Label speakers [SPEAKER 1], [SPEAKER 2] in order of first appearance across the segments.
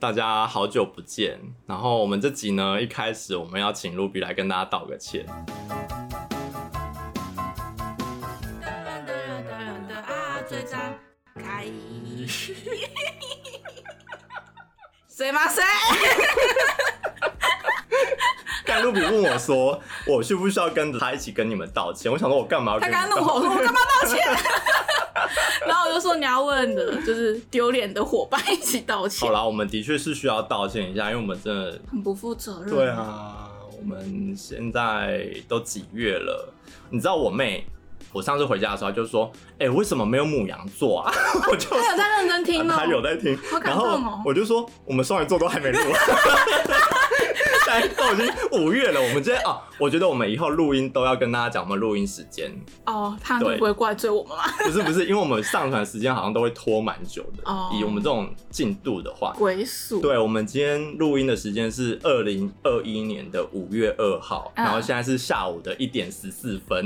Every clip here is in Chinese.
[SPEAKER 1] 大家好久不见。然后我们这集呢，一开始我们要请露比来跟大家道个歉。
[SPEAKER 2] 噔噔噔噔噔啊，最张开，谁吗谁？
[SPEAKER 1] 刚露比问我说，我需不需要跟着他一起跟你们道歉？我想说，我干嘛要
[SPEAKER 2] 他
[SPEAKER 1] 跟你
[SPEAKER 2] 刚
[SPEAKER 1] 们
[SPEAKER 2] 刚怒
[SPEAKER 1] 道
[SPEAKER 2] 吼说：“我干嘛道歉
[SPEAKER 3] 然后我就说你要问的就是丢脸的伙伴一起道歉
[SPEAKER 1] 好，啦，我们的确是需要道歉一下，因为我们真的
[SPEAKER 3] 很不负责任。
[SPEAKER 1] 对，啊，我们现在都几月了？你知道我妹，我上次回家的时候她就说：“哎、为什么没有母羊座啊？” 我就
[SPEAKER 3] 他有在认真听哦，
[SPEAKER 1] 她有在听，
[SPEAKER 3] 好感
[SPEAKER 1] 然
[SPEAKER 3] 动哦
[SPEAKER 1] 后我就说：“我们双鱼座都还没录。” 现在都已经五月了，我们今天哦，我觉得我们以后录音都要跟大家讲我们录音时间，
[SPEAKER 3] 哦，他会不会怪罪我们嘛？
[SPEAKER 1] 不是不是，因为我们上传时间好像都会拖蛮久的。
[SPEAKER 3] 哦
[SPEAKER 1] 以我们这种进度的话，
[SPEAKER 3] 鬼鼠，
[SPEAKER 1] 对，我们今天录音的时间是二零二一年的五月二号，
[SPEAKER 3] 嗯
[SPEAKER 1] 然后现在是下午的一点十四分。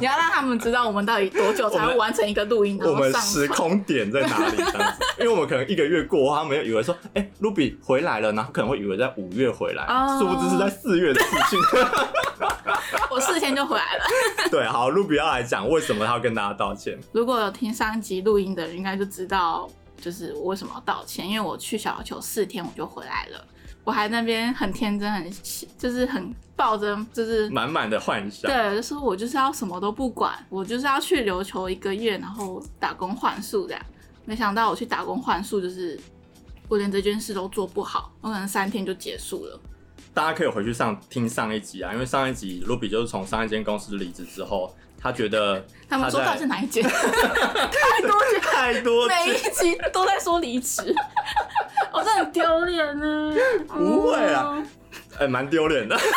[SPEAKER 3] 你要让他们知道我们到底多久才
[SPEAKER 1] 我
[SPEAKER 3] 会
[SPEAKER 1] 们
[SPEAKER 3] 完成一个录音，然
[SPEAKER 1] 我
[SPEAKER 3] 后
[SPEAKER 1] 们
[SPEAKER 3] 上
[SPEAKER 1] 时
[SPEAKER 3] 传
[SPEAKER 1] 空点在哪里？这样子，因为我们可能一个月过后，他们以为说，哎、卢比回来了，然后可能会以为在五月回来，
[SPEAKER 3] 哦
[SPEAKER 1] 殊不知是在四月的事情。
[SPEAKER 3] 我四天就回来了。
[SPEAKER 1] 对，好，卢比要来讲为什么他要跟大家道歉。
[SPEAKER 3] 如果有听上一集录音的人，应该就知道就是我为什么要道歉，因为我去小琉球四天我就回来了，我还那边很天真，很就是很抱着就是
[SPEAKER 1] 满满的幻想，
[SPEAKER 3] 对，就是我就是要什么都不管，我就是要去琉球一个月，然后打工换宿这样。没想到我去打工换宿，就是我连这件事都做不好，我可能三天就结束了。
[SPEAKER 1] 大家可以回去上听上一集啊，因为上一集卢比就是从上一间公司离职之后，他觉得
[SPEAKER 3] 他们说
[SPEAKER 1] 在
[SPEAKER 3] 到底是哪一间？ 太多间，
[SPEAKER 1] 太多
[SPEAKER 3] 每一集都在说 离职，我真的很丢脸呢。
[SPEAKER 1] 不会啊
[SPEAKER 3] 嗯
[SPEAKER 1] 哎，蛮丢脸的，
[SPEAKER 3] 你看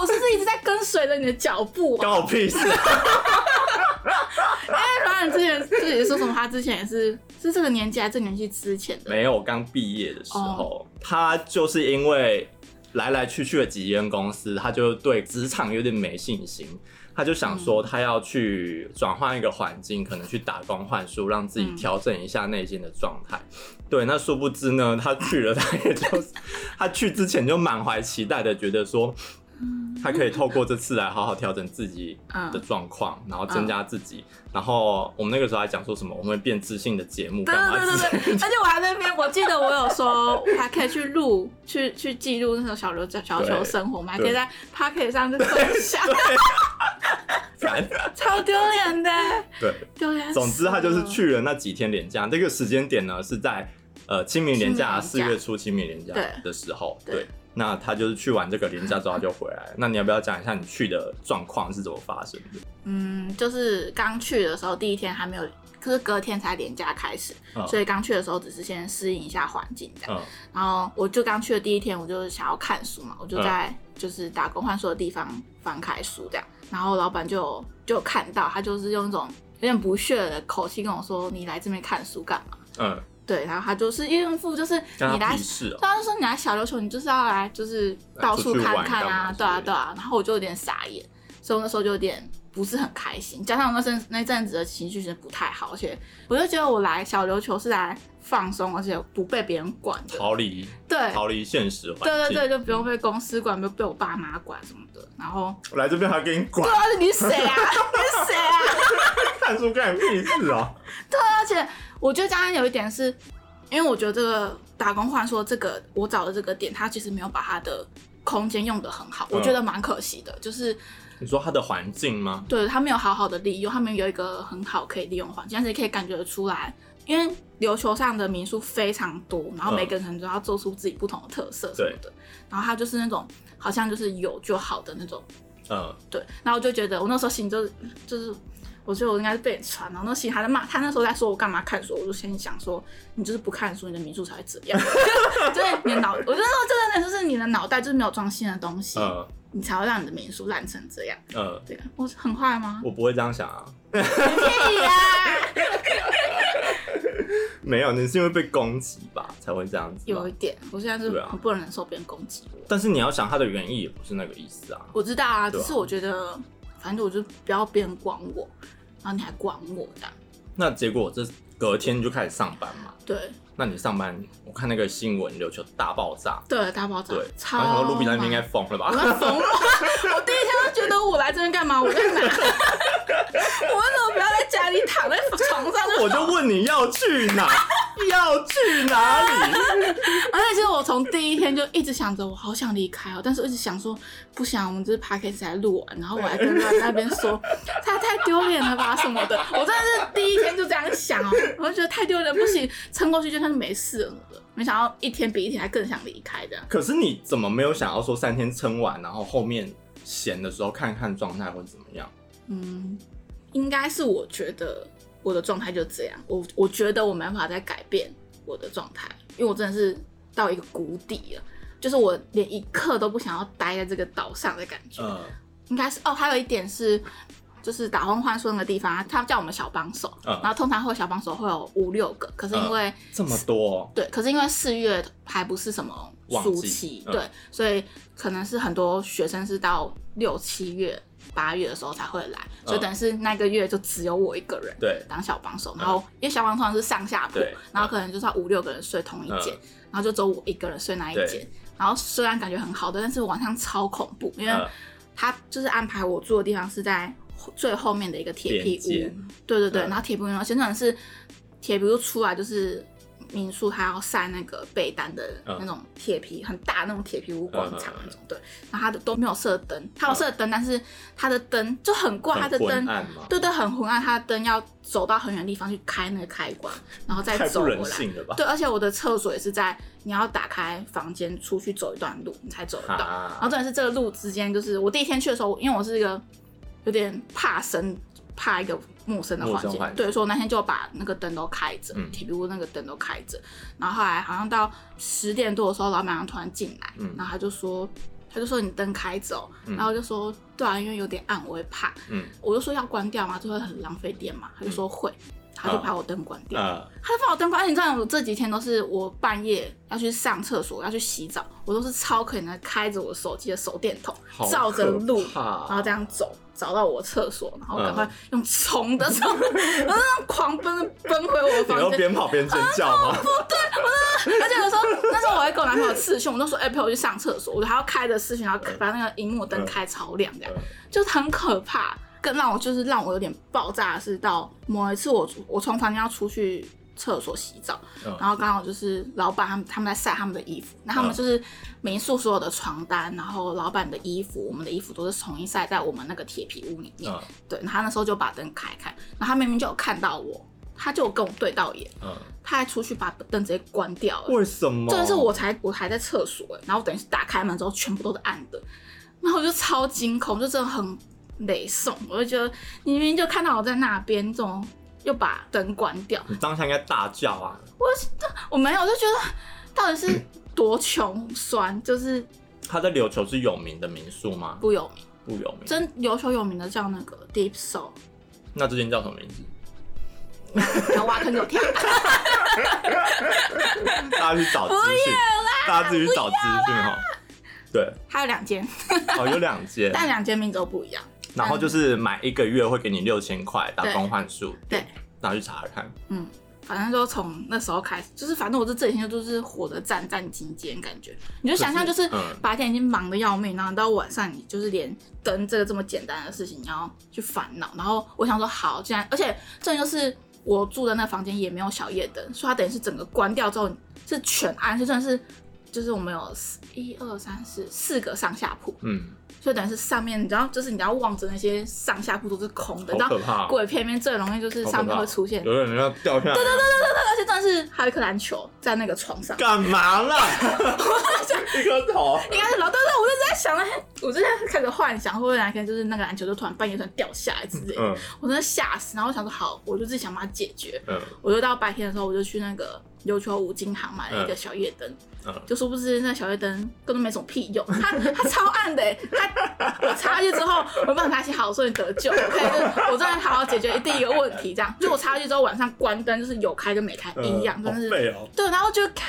[SPEAKER 3] 我是不是一直在跟随着你的脚步啊？
[SPEAKER 1] 关我屁事。
[SPEAKER 3] 哎，软软之前自己说什么？他之前也是是这个年纪还是这个年纪之前的？
[SPEAKER 1] 没有，我刚毕业的时
[SPEAKER 3] 哦
[SPEAKER 1] 候，他就是因为来来去去的几间公司，他就对职场有点没信心，他就想说他要去转换一个环境，可能去打工换书，让自己
[SPEAKER 3] 嗯
[SPEAKER 1] 调整一下内心的状态。对，那殊不知呢，他去了，他也就是他去之前就满怀期待的觉得说。
[SPEAKER 3] 嗯
[SPEAKER 1] 他可以透过这次来好好调整自己的状
[SPEAKER 3] 嗯
[SPEAKER 1] 况，然后增加自己。然后我们那个时候还讲说什么，我们会变知性的节目，
[SPEAKER 3] 对
[SPEAKER 1] 干嘛之类
[SPEAKER 3] 对
[SPEAKER 1] 的
[SPEAKER 3] 对对对，而且我还在那边，我记得我有说还可以去录，去去记录那种小琉小球生活，我们还可以在 p o c k e t 上就分 享，
[SPEAKER 1] 烦。
[SPEAKER 3] 超丢脸的，
[SPEAKER 1] 对，
[SPEAKER 3] 丢脸死了。
[SPEAKER 1] 总之他
[SPEAKER 3] 哦
[SPEAKER 1] 就是去了那几天连假，这个时间点呢是在呃清明连假四
[SPEAKER 3] 清明连假
[SPEAKER 1] 月初清明连假
[SPEAKER 3] 对
[SPEAKER 1] 的时候，
[SPEAKER 3] 对
[SPEAKER 1] 对。那他就是去完这个连假之后他就回来了。那你要不要讲一下你去的状况是怎么发生的？
[SPEAKER 3] 嗯，就是刚去的时候，第一天还没有，可是隔天才连假开始，
[SPEAKER 1] 嗯
[SPEAKER 3] 所以刚去的时候只是先适应一下环境这样。
[SPEAKER 1] 嗯，
[SPEAKER 3] 然后我就刚去的第一天，我就想要看书嘛，我就在就是打工换书的地方翻开书这样，然后老板就有就有看到，他就是用一种有点不屑的口气跟我说：“你来这边看书干嘛
[SPEAKER 1] 嗯，？”
[SPEAKER 3] 对，然后他就是孕妇，就是
[SPEAKER 1] 跟
[SPEAKER 3] 你
[SPEAKER 1] 他
[SPEAKER 3] 来
[SPEAKER 1] 屁，事哦，
[SPEAKER 3] 啊他就说你来小琉球，你就是要来就是到处看看
[SPEAKER 1] 出
[SPEAKER 3] 啊，
[SPEAKER 1] 去玩干嘛
[SPEAKER 3] 对啊
[SPEAKER 1] 之类的
[SPEAKER 3] 对啊。然后我就有点傻眼，所以我那时候就有点不是很开心，加上我那阵那阵子的情绪其实不太好，而且我就觉得我来小琉球是来放松，而且不被别人管的，
[SPEAKER 1] 逃离
[SPEAKER 3] 对，
[SPEAKER 1] 逃离现实环
[SPEAKER 3] 对
[SPEAKER 1] 境，
[SPEAKER 3] 对对，就不用被公司管，不用被我爸妈管什么的。然后，
[SPEAKER 1] 我来这边还给你管
[SPEAKER 3] 对，啊，你是谁 啊？你是谁啊？
[SPEAKER 1] 看书干你屁事哦。
[SPEAKER 3] 而且我觉得加上有一点是，因为我觉得这个打工换说这个我找的这个点，他其实没有把他的空间用的很好，我觉得蛮可惜的。就是
[SPEAKER 1] 你说他的环境吗？
[SPEAKER 3] 对他没有好好的利用，他们有一个很好可以利用的环境，但是可以感觉得出来，因为琉球上的民宿非常多，然后每个人可能都要做出自己不同的特色什么的。然后他就是那种好像就是有就好的那种。
[SPEAKER 1] 嗯，
[SPEAKER 3] 对，然后我就觉得我那时候心就是就是，我觉得我应该是被你传，然后那心还在骂他那时候在说我干嘛看书，我就心里想说你就是不看书，你的民宿才会这样， 就是你的脑，我就说真的就是你的脑袋就是没有装新的东西，
[SPEAKER 1] 嗯
[SPEAKER 3] 你才会让你的民宿烂成这样。
[SPEAKER 1] 嗯，
[SPEAKER 3] 对，啊我很坏吗？
[SPEAKER 1] 我不会这样想啊。
[SPEAKER 3] 屁呀、
[SPEAKER 1] 没有，你是因为被攻击吧才会这样子吧。
[SPEAKER 3] 有一点，我现在是
[SPEAKER 1] 对啊
[SPEAKER 3] 很不能忍受别人攻击我。
[SPEAKER 1] 但是你要想他的原意也不是那个意思啊。
[SPEAKER 3] 我知道啊，
[SPEAKER 1] 对
[SPEAKER 3] 只
[SPEAKER 1] 啊
[SPEAKER 3] 是我觉得，反正我就不要别人管我，然后你还管我这样。
[SPEAKER 1] 那结果这隔天就开始上班嘛。
[SPEAKER 3] 对，
[SPEAKER 1] 那你上班，我看那个新闻，琉球大爆炸，
[SPEAKER 3] 对，大爆炸
[SPEAKER 1] 对，，
[SPEAKER 3] 超
[SPEAKER 1] 然后
[SPEAKER 3] 忙。
[SPEAKER 1] 卢比那边应该疯了吧
[SPEAKER 3] 我？要疯了！ 我第一天就觉得我来这边干嘛？我在 哪？我为什么不要在家里躺在床上 就？
[SPEAKER 1] 我就问你要去哪，要去哪里？
[SPEAKER 3] 而且其实我从第一天就一直想着，我好想离开哦，但是我一直想说不想，我们这 p a c a s t 才录啊完，然后我还跟他那边说，他太丢脸了吧什么的，我真的是第一天就这样想哦，我就觉得太丢脸，不行，撑过去就算是没事了的。没想到一天比一天还更想离开这样。
[SPEAKER 1] 可是你怎么没有想要说三天撑完，然后后面闲的时候看看状态或者怎么样？
[SPEAKER 3] 嗯，应该是我觉得我的状态就这样，我我觉得我没办法再改变我的状态，因为我真的是到一个谷底了，就是我连一刻都不想要待在这个岛上的感觉。
[SPEAKER 1] 呃
[SPEAKER 3] 应该是哦，还有一点是，就是打工换宿那个地方，他叫我们小帮手，
[SPEAKER 1] 嗯
[SPEAKER 3] 然后通常会小帮手会有五六个，可是因为、
[SPEAKER 1] 这么多
[SPEAKER 3] 对，可是因为四月还不是什么暑期，
[SPEAKER 1] 旺季嗯
[SPEAKER 3] 对，所以可能是很多学生是到六七月、八月的时候才会来，所以
[SPEAKER 1] 嗯
[SPEAKER 3] 等于是那个月就只有我一个人
[SPEAKER 1] 对
[SPEAKER 3] 当小帮手，然后因为小帮手通常是上下
[SPEAKER 1] 嗯
[SPEAKER 3] 铺
[SPEAKER 1] 对，嗯
[SPEAKER 3] 然后可能就是要五六个人睡同一间，然后就只有我一个人睡那一间
[SPEAKER 1] 对。
[SPEAKER 3] 然后虽然感觉很好的，但是晚上超恐怖，因为
[SPEAKER 1] 嗯
[SPEAKER 3] 他就是安排我住的地方是在最后面的一个铁皮
[SPEAKER 1] 边
[SPEAKER 3] 屋
[SPEAKER 1] 界，
[SPEAKER 3] 对对对，
[SPEAKER 1] 嗯
[SPEAKER 3] 然后铁皮屋，而且那种是铁皮屋出来就是民宿，它要晒那个被单的
[SPEAKER 1] 嗯
[SPEAKER 3] 那种铁皮，很大那种铁皮屋广场
[SPEAKER 1] 嗯嗯嗯嗯
[SPEAKER 3] 那种，对，然后它的都没有设灯，它有设灯，但是它的灯就很怪，它的
[SPEAKER 1] 很昏
[SPEAKER 3] 灯。
[SPEAKER 1] 暗嘛，
[SPEAKER 3] 对对，很昏暗，它的灯要走到很远的地方去开那个开关，然后再
[SPEAKER 1] 太
[SPEAKER 3] 走
[SPEAKER 1] 不
[SPEAKER 3] 过
[SPEAKER 1] 人
[SPEAKER 3] 来。
[SPEAKER 1] 性了吧？
[SPEAKER 3] 对，而且我的厕所也是在你要打开房间出去走一段路，你才走得到。
[SPEAKER 1] 啊
[SPEAKER 3] 然后重点是这个路之间，就是我第一天去的时候，因为我是一个有点怕生、怕一个陌生的
[SPEAKER 1] 陌
[SPEAKER 3] 环
[SPEAKER 1] 生
[SPEAKER 3] 境，
[SPEAKER 1] 环境
[SPEAKER 3] 对，所以我那天就把那个灯都开着，
[SPEAKER 1] 嗯
[SPEAKER 3] 铁皮屋那个灯都开着。然后后来好像到十点多的时候，老板娘突然进来，
[SPEAKER 1] 嗯
[SPEAKER 3] 然后她就说。她就说你灯开着、哦，
[SPEAKER 1] 嗯
[SPEAKER 3] 然后我就说对啊，因为有点暗，我会怕。
[SPEAKER 1] 嗯
[SPEAKER 3] 我就说要关掉嘛，就会很浪费电嘛。她就说会，她就把我灯关掉。
[SPEAKER 1] 呃，
[SPEAKER 3] 他放我灯光，而且你知道我这几天都是我半夜要去上厕所，要去洗澡，我都是超可怜的开着我手机的手电筒
[SPEAKER 1] 好
[SPEAKER 3] 照着路，
[SPEAKER 1] 可怕
[SPEAKER 3] 然后这样走，找到我厕所，然后赶快
[SPEAKER 1] 嗯
[SPEAKER 3] 用冲的冲， 我那种狂奔奔回我
[SPEAKER 1] 你要
[SPEAKER 3] 房间。
[SPEAKER 1] 边跑边尖叫 吗？
[SPEAKER 3] 而且有时候那时候我还跟我男朋友视讯，我就说哎、陪我去上厕所，我还要开着视讯，然后开把那个荧幕灯开超亮，这样
[SPEAKER 1] 嗯
[SPEAKER 3] 就很可怕。更让我就是让我有点爆炸的是，到某一次我我从房间要出去厕所洗澡，
[SPEAKER 1] 嗯
[SPEAKER 3] 然后刚好就是老板他们他们在晒他们的衣服，那他们
[SPEAKER 1] 嗯
[SPEAKER 3] 就是民宿所有的床单，然后老板的衣服，我们的衣服都是重新晒在我们那个铁皮屋里面。
[SPEAKER 1] 嗯
[SPEAKER 3] 对，然后他那时候就把灯开开，然后他明明就有看到我，他就有跟我对到眼，
[SPEAKER 1] 嗯，
[SPEAKER 3] 他还出去把灯直接关掉了。
[SPEAKER 1] 为什么？
[SPEAKER 3] 这个是我才我还在厕所欸，然后等于是打开门之后全部都是暗的，然后我就超惊恐，就真的很雷送，我就觉得你明明就看到我在那边，你怎么又把灯关掉？
[SPEAKER 1] 你当下应该大叫啊！
[SPEAKER 3] 我没有，我就觉得到底是多穷酸，就是
[SPEAKER 1] 他在琉球是有名的民宿吗？
[SPEAKER 3] 不有名，
[SPEAKER 1] 不有名。
[SPEAKER 3] 真有球有名的叫那个 Deep Soul，
[SPEAKER 1] 那这间叫什么名 字？
[SPEAKER 3] 然后挖坑给我跳，
[SPEAKER 1] 大家去找资讯，大家自己去找资讯哈。对，
[SPEAKER 3] 还有两间，
[SPEAKER 1] 哦，有两间，
[SPEAKER 3] 但两间名字都不一样。
[SPEAKER 1] 然后就是买一个月会给你六千块，打
[SPEAKER 3] 对
[SPEAKER 1] 工换宿，
[SPEAKER 3] 对，
[SPEAKER 1] 拿去查查看。
[SPEAKER 3] 嗯，反正就从那时候开始，就是反正我这这几天就是活得战战兢兢，感觉你就想象就是
[SPEAKER 1] 可是嗯
[SPEAKER 3] 白天已经忙得要命，然后到晚上你就是连灯这个这么简单的事情你要去烦恼。然后我想说好，既然而且这就是我住的那房间也没有小夜灯，所以它等于是整个关掉之后是全暗，就算是就是我们有四一二三四四个上下铺，
[SPEAKER 1] 嗯，
[SPEAKER 3] 所以等于是上面，你知道，就是你要望着那些上下铺都是空的，
[SPEAKER 1] 好
[SPEAKER 3] 然
[SPEAKER 1] 可
[SPEAKER 3] 后
[SPEAKER 1] 怕哦
[SPEAKER 3] 鬼片面最容易就是上面会出现
[SPEAKER 1] 有人要掉下来，对对对，
[SPEAKER 3] 而且真的是还有一颗篮球在那个床上，
[SPEAKER 1] 干嘛 啦？一颗头，
[SPEAKER 3] 应该是老对对，我就在想 了，我就在开始幻想，会不会哪一天就是那个篮球就突然半夜突然掉下来之类的，
[SPEAKER 1] 嗯
[SPEAKER 3] 我真的吓死。然后我想说好，我就自己想把它解决。
[SPEAKER 1] 嗯
[SPEAKER 3] 我就到白天的时候，我就去那个琉球五金行买了一个小夜灯，
[SPEAKER 1] 嗯，
[SPEAKER 3] 就殊不知那小夜灯根本没什么屁用，它它超暗的、欸，它我插下去之后，我就很开心，好，我终于得救，OK，就是我真的好好解决第一个问题，这样。就我插下去之后，晚上关灯就是有开跟没开一样，真
[SPEAKER 1] 好
[SPEAKER 3] 的是。
[SPEAKER 1] 废哦。
[SPEAKER 3] 对，然后就看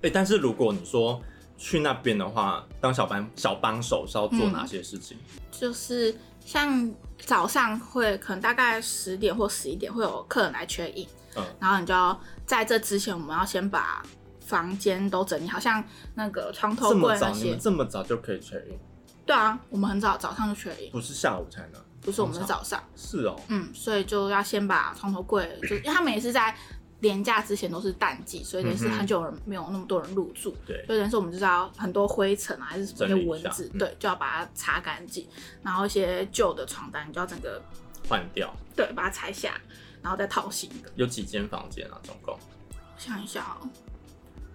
[SPEAKER 1] 哎，但是如果你说去那边的话，当小帮小帮手是要做哪些事情？
[SPEAKER 3] 嗯就是像早上会可能大概十点或十一点会有客人来缺印，
[SPEAKER 1] 嗯
[SPEAKER 3] 然后你就要在这之前，我们要先把房间都整理好，像那个床头
[SPEAKER 1] 这么
[SPEAKER 3] 柜
[SPEAKER 1] 早
[SPEAKER 3] 那
[SPEAKER 1] 你
[SPEAKER 3] 些
[SPEAKER 1] 们。这么早就可以 check in，
[SPEAKER 3] 对啊，我们很早早上就确认，
[SPEAKER 1] 不是下午才能？
[SPEAKER 3] 不是我们是
[SPEAKER 1] 通
[SPEAKER 3] 早上。
[SPEAKER 1] 是哦，
[SPEAKER 3] 嗯，所以就要先把床头柜，就是因为他们也是在廉价之前都是淡季，所以也是
[SPEAKER 1] 嗯哼
[SPEAKER 3] 很久人没有那么多人入住，
[SPEAKER 1] 对
[SPEAKER 3] 所以人说我们就是要很多灰尘啊，还是什么一
[SPEAKER 1] 整理
[SPEAKER 3] 些
[SPEAKER 1] 一
[SPEAKER 3] 蚊
[SPEAKER 1] 下
[SPEAKER 3] 子，
[SPEAKER 1] 嗯
[SPEAKER 3] 对，就要把它擦干净，然后一些旧的床单你就要整个
[SPEAKER 1] 换掉。
[SPEAKER 3] 对把它拆下来，然后再套新的。
[SPEAKER 1] 有几间房间啊？总共？
[SPEAKER 3] 我想一下哦，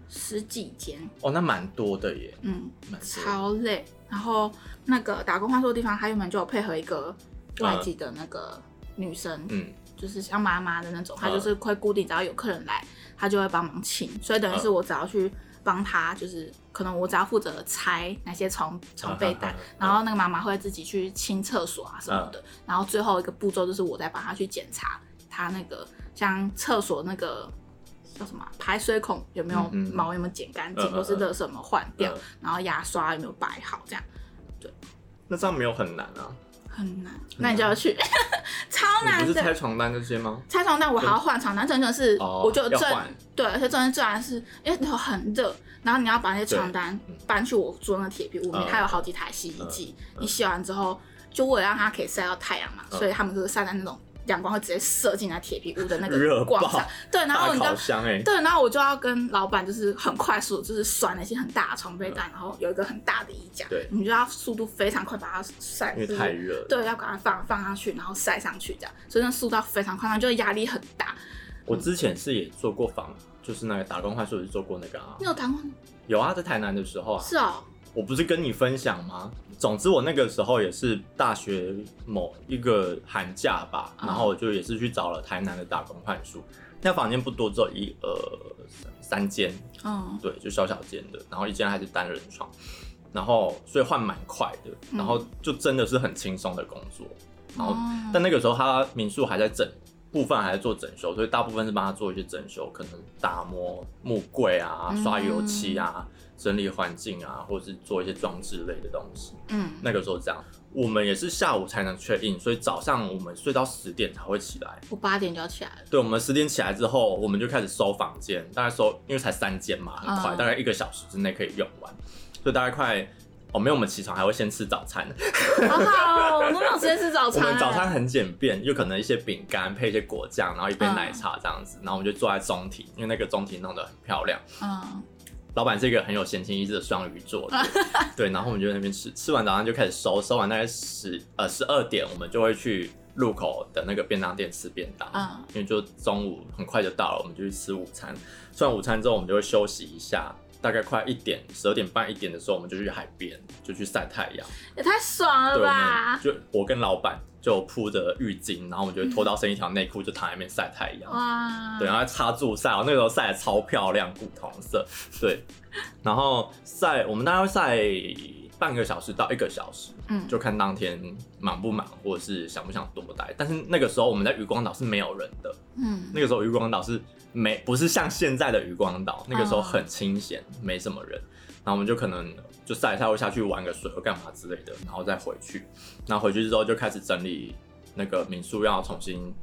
[SPEAKER 3] 十几间，
[SPEAKER 1] 哦，那蛮多的耶，
[SPEAKER 3] 嗯，
[SPEAKER 1] 蛮多的。
[SPEAKER 3] 超累。然后那个打工换宿的地方，他原本就有配合一个外籍的那个女生，
[SPEAKER 1] 嗯，
[SPEAKER 3] 就是像妈妈的那种，她
[SPEAKER 1] 嗯
[SPEAKER 3] 就是会固定，只要有客人来，她就会帮忙请，所以等于是
[SPEAKER 1] 嗯
[SPEAKER 3] 我只要去帮她，就是可能我只要负责拆那些床 床被单
[SPEAKER 1] 嗯嗯嗯，
[SPEAKER 3] 然后那个妈妈会自己去清厕所啊什么的，然后最后一个步骤就是我再帮她去检查她那个像厕所那个。叫什么啊排水孔有没有
[SPEAKER 1] 嗯嗯
[SPEAKER 3] 毛有没有剪干净，
[SPEAKER 1] 嗯嗯
[SPEAKER 3] 或是
[SPEAKER 1] 嗯
[SPEAKER 3] 垃圾有没有换掉
[SPEAKER 1] 嗯，
[SPEAKER 3] 然后牙刷有没有摆好，这样
[SPEAKER 1] 那这样没有很难啊？
[SPEAKER 3] 很难。那你就要去， 超难
[SPEAKER 1] 你
[SPEAKER 3] 的。
[SPEAKER 1] 不是拆床单这些吗？
[SPEAKER 3] 拆床单我还要换床单，真的是
[SPEAKER 1] 哦
[SPEAKER 3] 我就
[SPEAKER 1] 要
[SPEAKER 3] 正
[SPEAKER 1] 换
[SPEAKER 3] 对，而且重点最难是因为头很热，然后你要把那些床单
[SPEAKER 1] 对嗯
[SPEAKER 3] 搬去我住那个铁皮屋里面，
[SPEAKER 1] 嗯
[SPEAKER 3] 它有好几台洗衣机，
[SPEAKER 1] 嗯
[SPEAKER 3] 你洗完之后，就为了让它可以晒到太阳嘛，
[SPEAKER 1] 嗯
[SPEAKER 3] 所以他们就是晒在那种阳光会直接射进来铁皮屋的那
[SPEAKER 1] 热
[SPEAKER 3] 个
[SPEAKER 1] 爆
[SPEAKER 3] 光上，对，然后
[SPEAKER 1] 大
[SPEAKER 3] 你知道
[SPEAKER 1] 烤。箱哎，
[SPEAKER 3] 对，然后我就要跟老板就是很快速，就是甩那些很大的床被单，然后有一个很大的衣架，
[SPEAKER 1] 嗯对
[SPEAKER 3] 你就要速度非常快把它晒
[SPEAKER 1] 因为
[SPEAKER 3] 出
[SPEAKER 1] 太热了。
[SPEAKER 3] 对，要把它放放上去，然后晒上去，这样，所以那速度要非常快，它就压力很大。
[SPEAKER 1] 我之前是也做过房，就是那个打工换宿，我是做过那个啊
[SPEAKER 3] 你，有谈过？
[SPEAKER 1] 有啊，在台南的时候啊，
[SPEAKER 3] 是哦，
[SPEAKER 1] 我不是跟你分享吗？总之我那个时候也是大学某一个寒假吧，
[SPEAKER 3] 嗯
[SPEAKER 1] 然后我就也是去找了台南的打工换宿，那房间不多，只有一呃三三间，
[SPEAKER 3] 嗯
[SPEAKER 1] 对，就小小间的，然后一间还是单人床，然后所以换蛮快的，
[SPEAKER 3] 嗯
[SPEAKER 1] 然后就真的是很轻松的工作，然后
[SPEAKER 3] 哦
[SPEAKER 1] 但那个时候他民宿还在整，部分还在做整修，所以大部分是帮他做一些整修，可能打磨木柜啊、
[SPEAKER 3] 嗯
[SPEAKER 1] 刷油漆啊、整理环境啊，或是做一些装置类的东西。
[SPEAKER 3] 嗯，
[SPEAKER 1] 那个时候这样，我们也是下午才能确定，所以早上我们睡到十点才会起来。
[SPEAKER 3] 我八点就要起来了。
[SPEAKER 1] 对，我们十点起来之后，我们就开始收房间，大概收，因为才三间嘛，很快，
[SPEAKER 3] 嗯
[SPEAKER 1] 大概一个小时之内可以用完，所以大概快。哦，没有，我们起床还会先吃早餐。
[SPEAKER 3] 好好，哦我都没有时间吃早
[SPEAKER 1] 我
[SPEAKER 3] 餐。
[SPEAKER 1] 们早餐很简便，就可能一些饼干配一些果酱，然后一
[SPEAKER 3] 嗯
[SPEAKER 1] 杯奶茶这样子。然后我们就坐在中庭，因为那个中庭弄得很漂亮。
[SPEAKER 3] 嗯，
[SPEAKER 1] 老板是一个很有闲情逸致的双鱼座 的，对。然后我们就在那边吃，吃完早餐就开始收，收完大概十呃十二点，我们就会去路口的那个便当店吃便当，
[SPEAKER 3] 嗯
[SPEAKER 1] 因为就中午很快就到了，我们就去吃午餐。吃完午餐之后，我们就会休息一下。大概快一点，十二点半一点的时候，我们就去海边，就去晒太阳。
[SPEAKER 3] 也太爽了
[SPEAKER 1] 对，我们
[SPEAKER 3] 吧！
[SPEAKER 1] 就我跟老板就铺着浴巾，然后我们就脱到剩一条内裤，就躺在那边晒太阳。
[SPEAKER 3] 哇，
[SPEAKER 1] 对，然啊后插住晒，我那个时候晒的超漂亮，古铜色。对，然后晒我们大概会晒半个小时到一个小时，
[SPEAKER 3] 嗯，
[SPEAKER 1] 就看当天忙不忙，或者是想不想多待。但是那个时候我们在渔光岛是没有人的，
[SPEAKER 3] 嗯
[SPEAKER 1] 那个时候渔光岛是没不是像现在的渔光岛，那个时候很清闲，
[SPEAKER 3] 嗯
[SPEAKER 1] 没什么人。然后我们就可能就晒一晒，或下去玩个水或干嘛之类的，然后再回去。然后回去之后就开始整理那个民宿要重新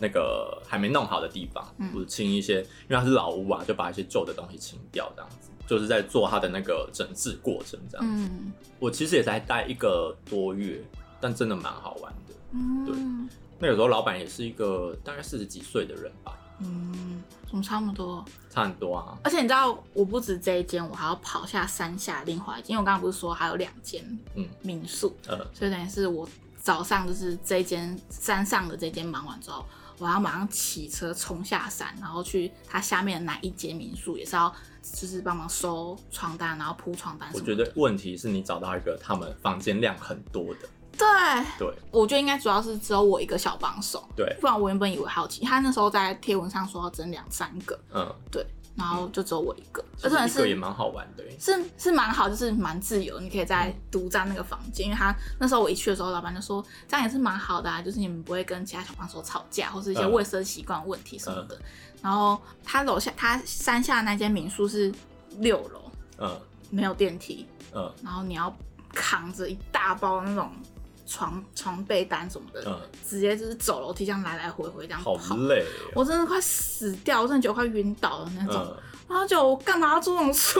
[SPEAKER 1] 那个还没弄好的地方，
[SPEAKER 3] 嗯
[SPEAKER 1] 或者清一些，因为它是老屋啊，就把一些旧的东西清掉，这样子就是在做它的那个整治过程这样。
[SPEAKER 3] 嗯
[SPEAKER 1] 我其实也才待一个多月，但真的蛮好玩的。对
[SPEAKER 3] 嗯
[SPEAKER 1] 那个时候老板也是一个大概四十几岁的人吧，
[SPEAKER 3] 嗯，怎么差那么多？
[SPEAKER 1] 差很多啊。
[SPEAKER 3] 而且你知道，我不止这一间，我还要跑下山下另外一间，因为我刚刚不是说还有两间
[SPEAKER 1] 嗯
[SPEAKER 3] 民宿，
[SPEAKER 1] 呃，
[SPEAKER 3] 所以等于是我早上就是这间山上的这间忙完之后，我要马上骑车冲下山，然后去它下面的哪一间民宿，也是要就是帮忙收床单，然后铺床单什
[SPEAKER 1] 我
[SPEAKER 3] 么
[SPEAKER 1] 觉
[SPEAKER 3] 的。
[SPEAKER 1] 得问题是你找到一个他们房间量很多的，
[SPEAKER 3] 对，
[SPEAKER 1] 对
[SPEAKER 3] 我觉得应该主要是只有我一个小帮手，
[SPEAKER 1] 对，
[SPEAKER 3] 不然我原本以为好奇，他那时候在贴文上说要整两三个，
[SPEAKER 1] 嗯，
[SPEAKER 3] 然后就只有我一个，
[SPEAKER 1] 其
[SPEAKER 3] 而
[SPEAKER 1] 实嗯
[SPEAKER 3] 且
[SPEAKER 1] 一个也
[SPEAKER 3] 是。
[SPEAKER 1] 蛮好玩的耶，欸
[SPEAKER 3] 是是蛮好，就是蛮自由，你可以
[SPEAKER 1] 嗯
[SPEAKER 3] 在独占那个房间，因为他那时候我一去的时候，老板就说这样也是蛮好的啊，就是你们不会跟其他小帮手吵架，或是一些
[SPEAKER 1] 嗯
[SPEAKER 3] 卫生习惯问题什么的。然后他楼下他山下那间民宿是六楼，
[SPEAKER 1] 嗯
[SPEAKER 3] 没有电梯，
[SPEAKER 1] 嗯，
[SPEAKER 3] 然后你要扛着一大包那种床床被单什么的，
[SPEAKER 1] 嗯
[SPEAKER 3] 直接就是走楼梯这样来来回回这样
[SPEAKER 1] 好
[SPEAKER 3] 跑，
[SPEAKER 1] 累哦、
[SPEAKER 3] 我真的快死掉，我真的觉得快晕倒了那种。
[SPEAKER 1] 嗯，
[SPEAKER 3] 然后就我干嘛要做这种事？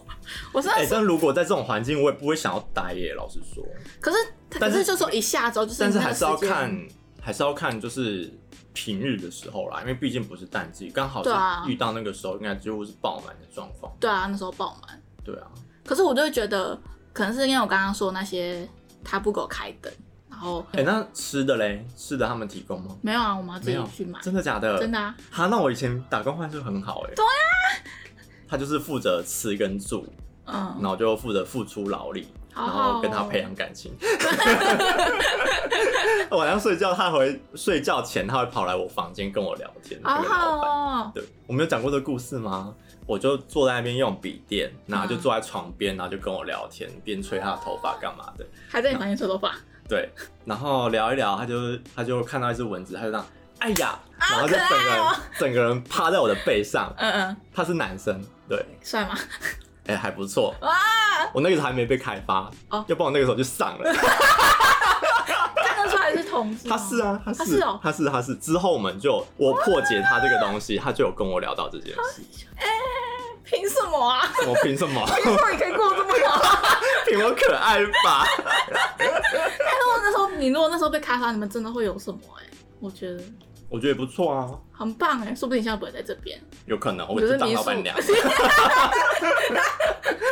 [SPEAKER 3] 我真的
[SPEAKER 1] 哎、
[SPEAKER 3] 是，
[SPEAKER 1] 但如果在这种环境，我也不会想要待耶。老实说，
[SPEAKER 3] 可是
[SPEAKER 1] 但
[SPEAKER 3] 可
[SPEAKER 1] 是
[SPEAKER 3] 是就说一下之后就是，
[SPEAKER 1] 但是还是要看，还是要看就是平日的时候啦，因为毕竟不是淡季，刚好是
[SPEAKER 3] 对啊
[SPEAKER 1] 遇到那个时候，应该几乎是爆满的状况。
[SPEAKER 3] 对啊，那时候爆满。
[SPEAKER 1] 对啊，
[SPEAKER 3] 可是我就会觉得，可能是因为我刚刚说那些他不给我开灯，然后
[SPEAKER 1] 哎、那吃的嘞，吃的他们提供吗？
[SPEAKER 3] 没有啊，我们要自
[SPEAKER 1] 没
[SPEAKER 3] 己
[SPEAKER 1] 有
[SPEAKER 3] 去买，
[SPEAKER 1] 真的假的？
[SPEAKER 3] 真的啊。
[SPEAKER 1] 哈，那我以前打工换宿很好哎、欸。
[SPEAKER 3] 对
[SPEAKER 1] 啊。他就是负责吃跟住，然
[SPEAKER 3] 嗯，
[SPEAKER 1] 后就负责付出劳力，
[SPEAKER 3] 好
[SPEAKER 1] 然
[SPEAKER 3] 好哦
[SPEAKER 1] 后跟他培养感情。 晚上睡觉，他会睡觉前他会跑来我房间跟我聊天。
[SPEAKER 3] 好
[SPEAKER 1] 那个老板，
[SPEAKER 3] 好哦，
[SPEAKER 1] 对，我没有讲过这个故事吗？我就坐在那边用笔电，然后就
[SPEAKER 3] 嗯
[SPEAKER 1] 坐在床边，然后就跟我聊天，边吹他的头发干嘛的。
[SPEAKER 3] 还在你房间吹头发，
[SPEAKER 1] 对， 然后聊一聊，他就他就看到一只蚊子，他就这样，哎呀，然后就
[SPEAKER 3] 可
[SPEAKER 1] 整个
[SPEAKER 3] 爱
[SPEAKER 1] 人、
[SPEAKER 3] 哦
[SPEAKER 1] 整个人趴在我的背上。
[SPEAKER 3] 嗯嗯，
[SPEAKER 1] 他是男生，对，
[SPEAKER 3] 帅吗？
[SPEAKER 1] 哎、还不错。
[SPEAKER 3] 哇，
[SPEAKER 1] 我那个时候还没被开发，
[SPEAKER 3] 啊哦
[SPEAKER 1] 要不然我那个时候就上了。
[SPEAKER 3] 看得出来是同志，
[SPEAKER 1] 他是，啊，他是，
[SPEAKER 3] 他是哦
[SPEAKER 1] 他是，他是。之后我们就我破解他这个东西，他就有跟我聊到这件事。
[SPEAKER 3] 凭什么啊？
[SPEAKER 1] 我凭什么？
[SPEAKER 3] 凭什么你可以过得这么好？啊
[SPEAKER 1] 凭我可爱吧？
[SPEAKER 3] 但是哎我那时候，你如果那时候被开发，你们真的会有什么？哎，我觉得
[SPEAKER 1] 我觉得也不错啊，
[SPEAKER 3] 很棒哎，说不定你现在不会在这边，
[SPEAKER 1] 有可能我
[SPEAKER 3] 我觉
[SPEAKER 1] 就
[SPEAKER 3] 得
[SPEAKER 1] 当
[SPEAKER 3] 民
[SPEAKER 1] 老
[SPEAKER 3] 宿
[SPEAKER 1] 板 娘。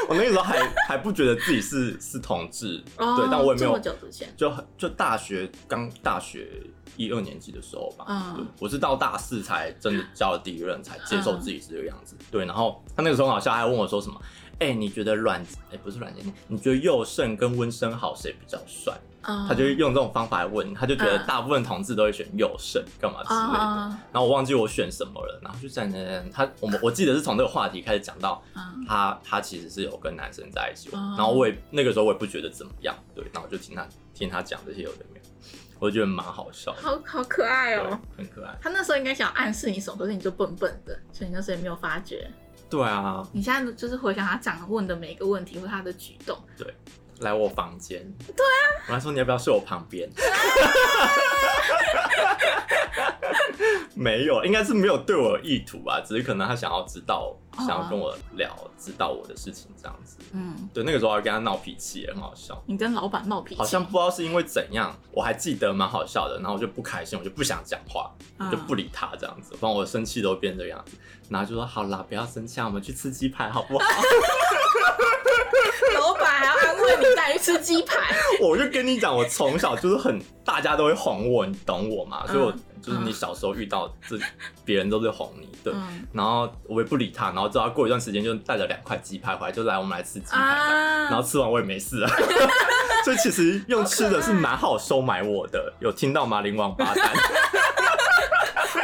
[SPEAKER 1] 我那个时候还还不觉得自己是是同志，
[SPEAKER 3] 哦
[SPEAKER 1] 对，但我也没
[SPEAKER 3] 这么
[SPEAKER 1] 有，
[SPEAKER 3] 久之前，
[SPEAKER 1] 就很就大学刚大学一二年级的时候吧，
[SPEAKER 3] 嗯
[SPEAKER 1] 对，我是到大四才真的交了第一任，才接受自己是这个样子。对，然后他那个时候好像还问我说什么，哎、你觉得软哎、不是软件，你觉得佑胜跟温升豪谁比较帅？
[SPEAKER 3] 他
[SPEAKER 1] 他就用这种方法来问，他就觉得
[SPEAKER 3] 嗯
[SPEAKER 1] 大部分同志都会选佑胜干嘛之类的。
[SPEAKER 3] 啊
[SPEAKER 1] 然后我忘记我选什么了，然后就在那他我们我记得是从这个话题开始讲到
[SPEAKER 3] 啊
[SPEAKER 1] 他他其实是有跟男生在一起，
[SPEAKER 3] 哦
[SPEAKER 1] 然后我也那个时候我也不觉得怎么样，对，然后我就听他听他讲这些有的没有，我就觉得蛮好笑的，
[SPEAKER 3] 好好可爱
[SPEAKER 1] 对
[SPEAKER 3] 哦。，
[SPEAKER 1] 很可爱，
[SPEAKER 3] 他那时候应该想暗示你什么，可是你就笨笨的，所以你那时候也没有发觉。
[SPEAKER 1] 对啊，
[SPEAKER 3] 你现在就是回想他讲问的每一个问题或他的举动，
[SPEAKER 1] 来我房间，对啊，我还说你要不要睡我旁边， 没有，应该是没有对我有意图吧，只是可能他想要知道，想要跟我聊，知道我的事情这样子，
[SPEAKER 3] 嗯，
[SPEAKER 1] 对，那个时候还跟他闹脾气，很好笑。
[SPEAKER 3] 你跟老板闹脾气，
[SPEAKER 1] 好像不知道是因为怎样，我还记得蛮好笑的，然后我就不开心，我就不想讲话，我
[SPEAKER 3] 嗯
[SPEAKER 1] 就不理他这样子，反正我生气都变这个样子，然后就说好啦，不要生气啊，我们去吃鸡排好 不好？
[SPEAKER 3] 啊老板还要安慰你带你去吃鸡排，
[SPEAKER 1] 我就跟你讲，我从小就是很大家都会哄我，你懂我嘛？
[SPEAKER 3] 嗯
[SPEAKER 1] 所以我就是你小时候遇到这别人都是哄你，对。
[SPEAKER 3] 嗯
[SPEAKER 1] 然后我也不理他，然后直到过一段时间就带着两块鸡排回来，就来我们来吃鸡排吧，
[SPEAKER 3] 啊，
[SPEAKER 1] 然后吃完我也没 事了。所以其实用吃的是蛮好收买我的，有听到吗？林王八蛋。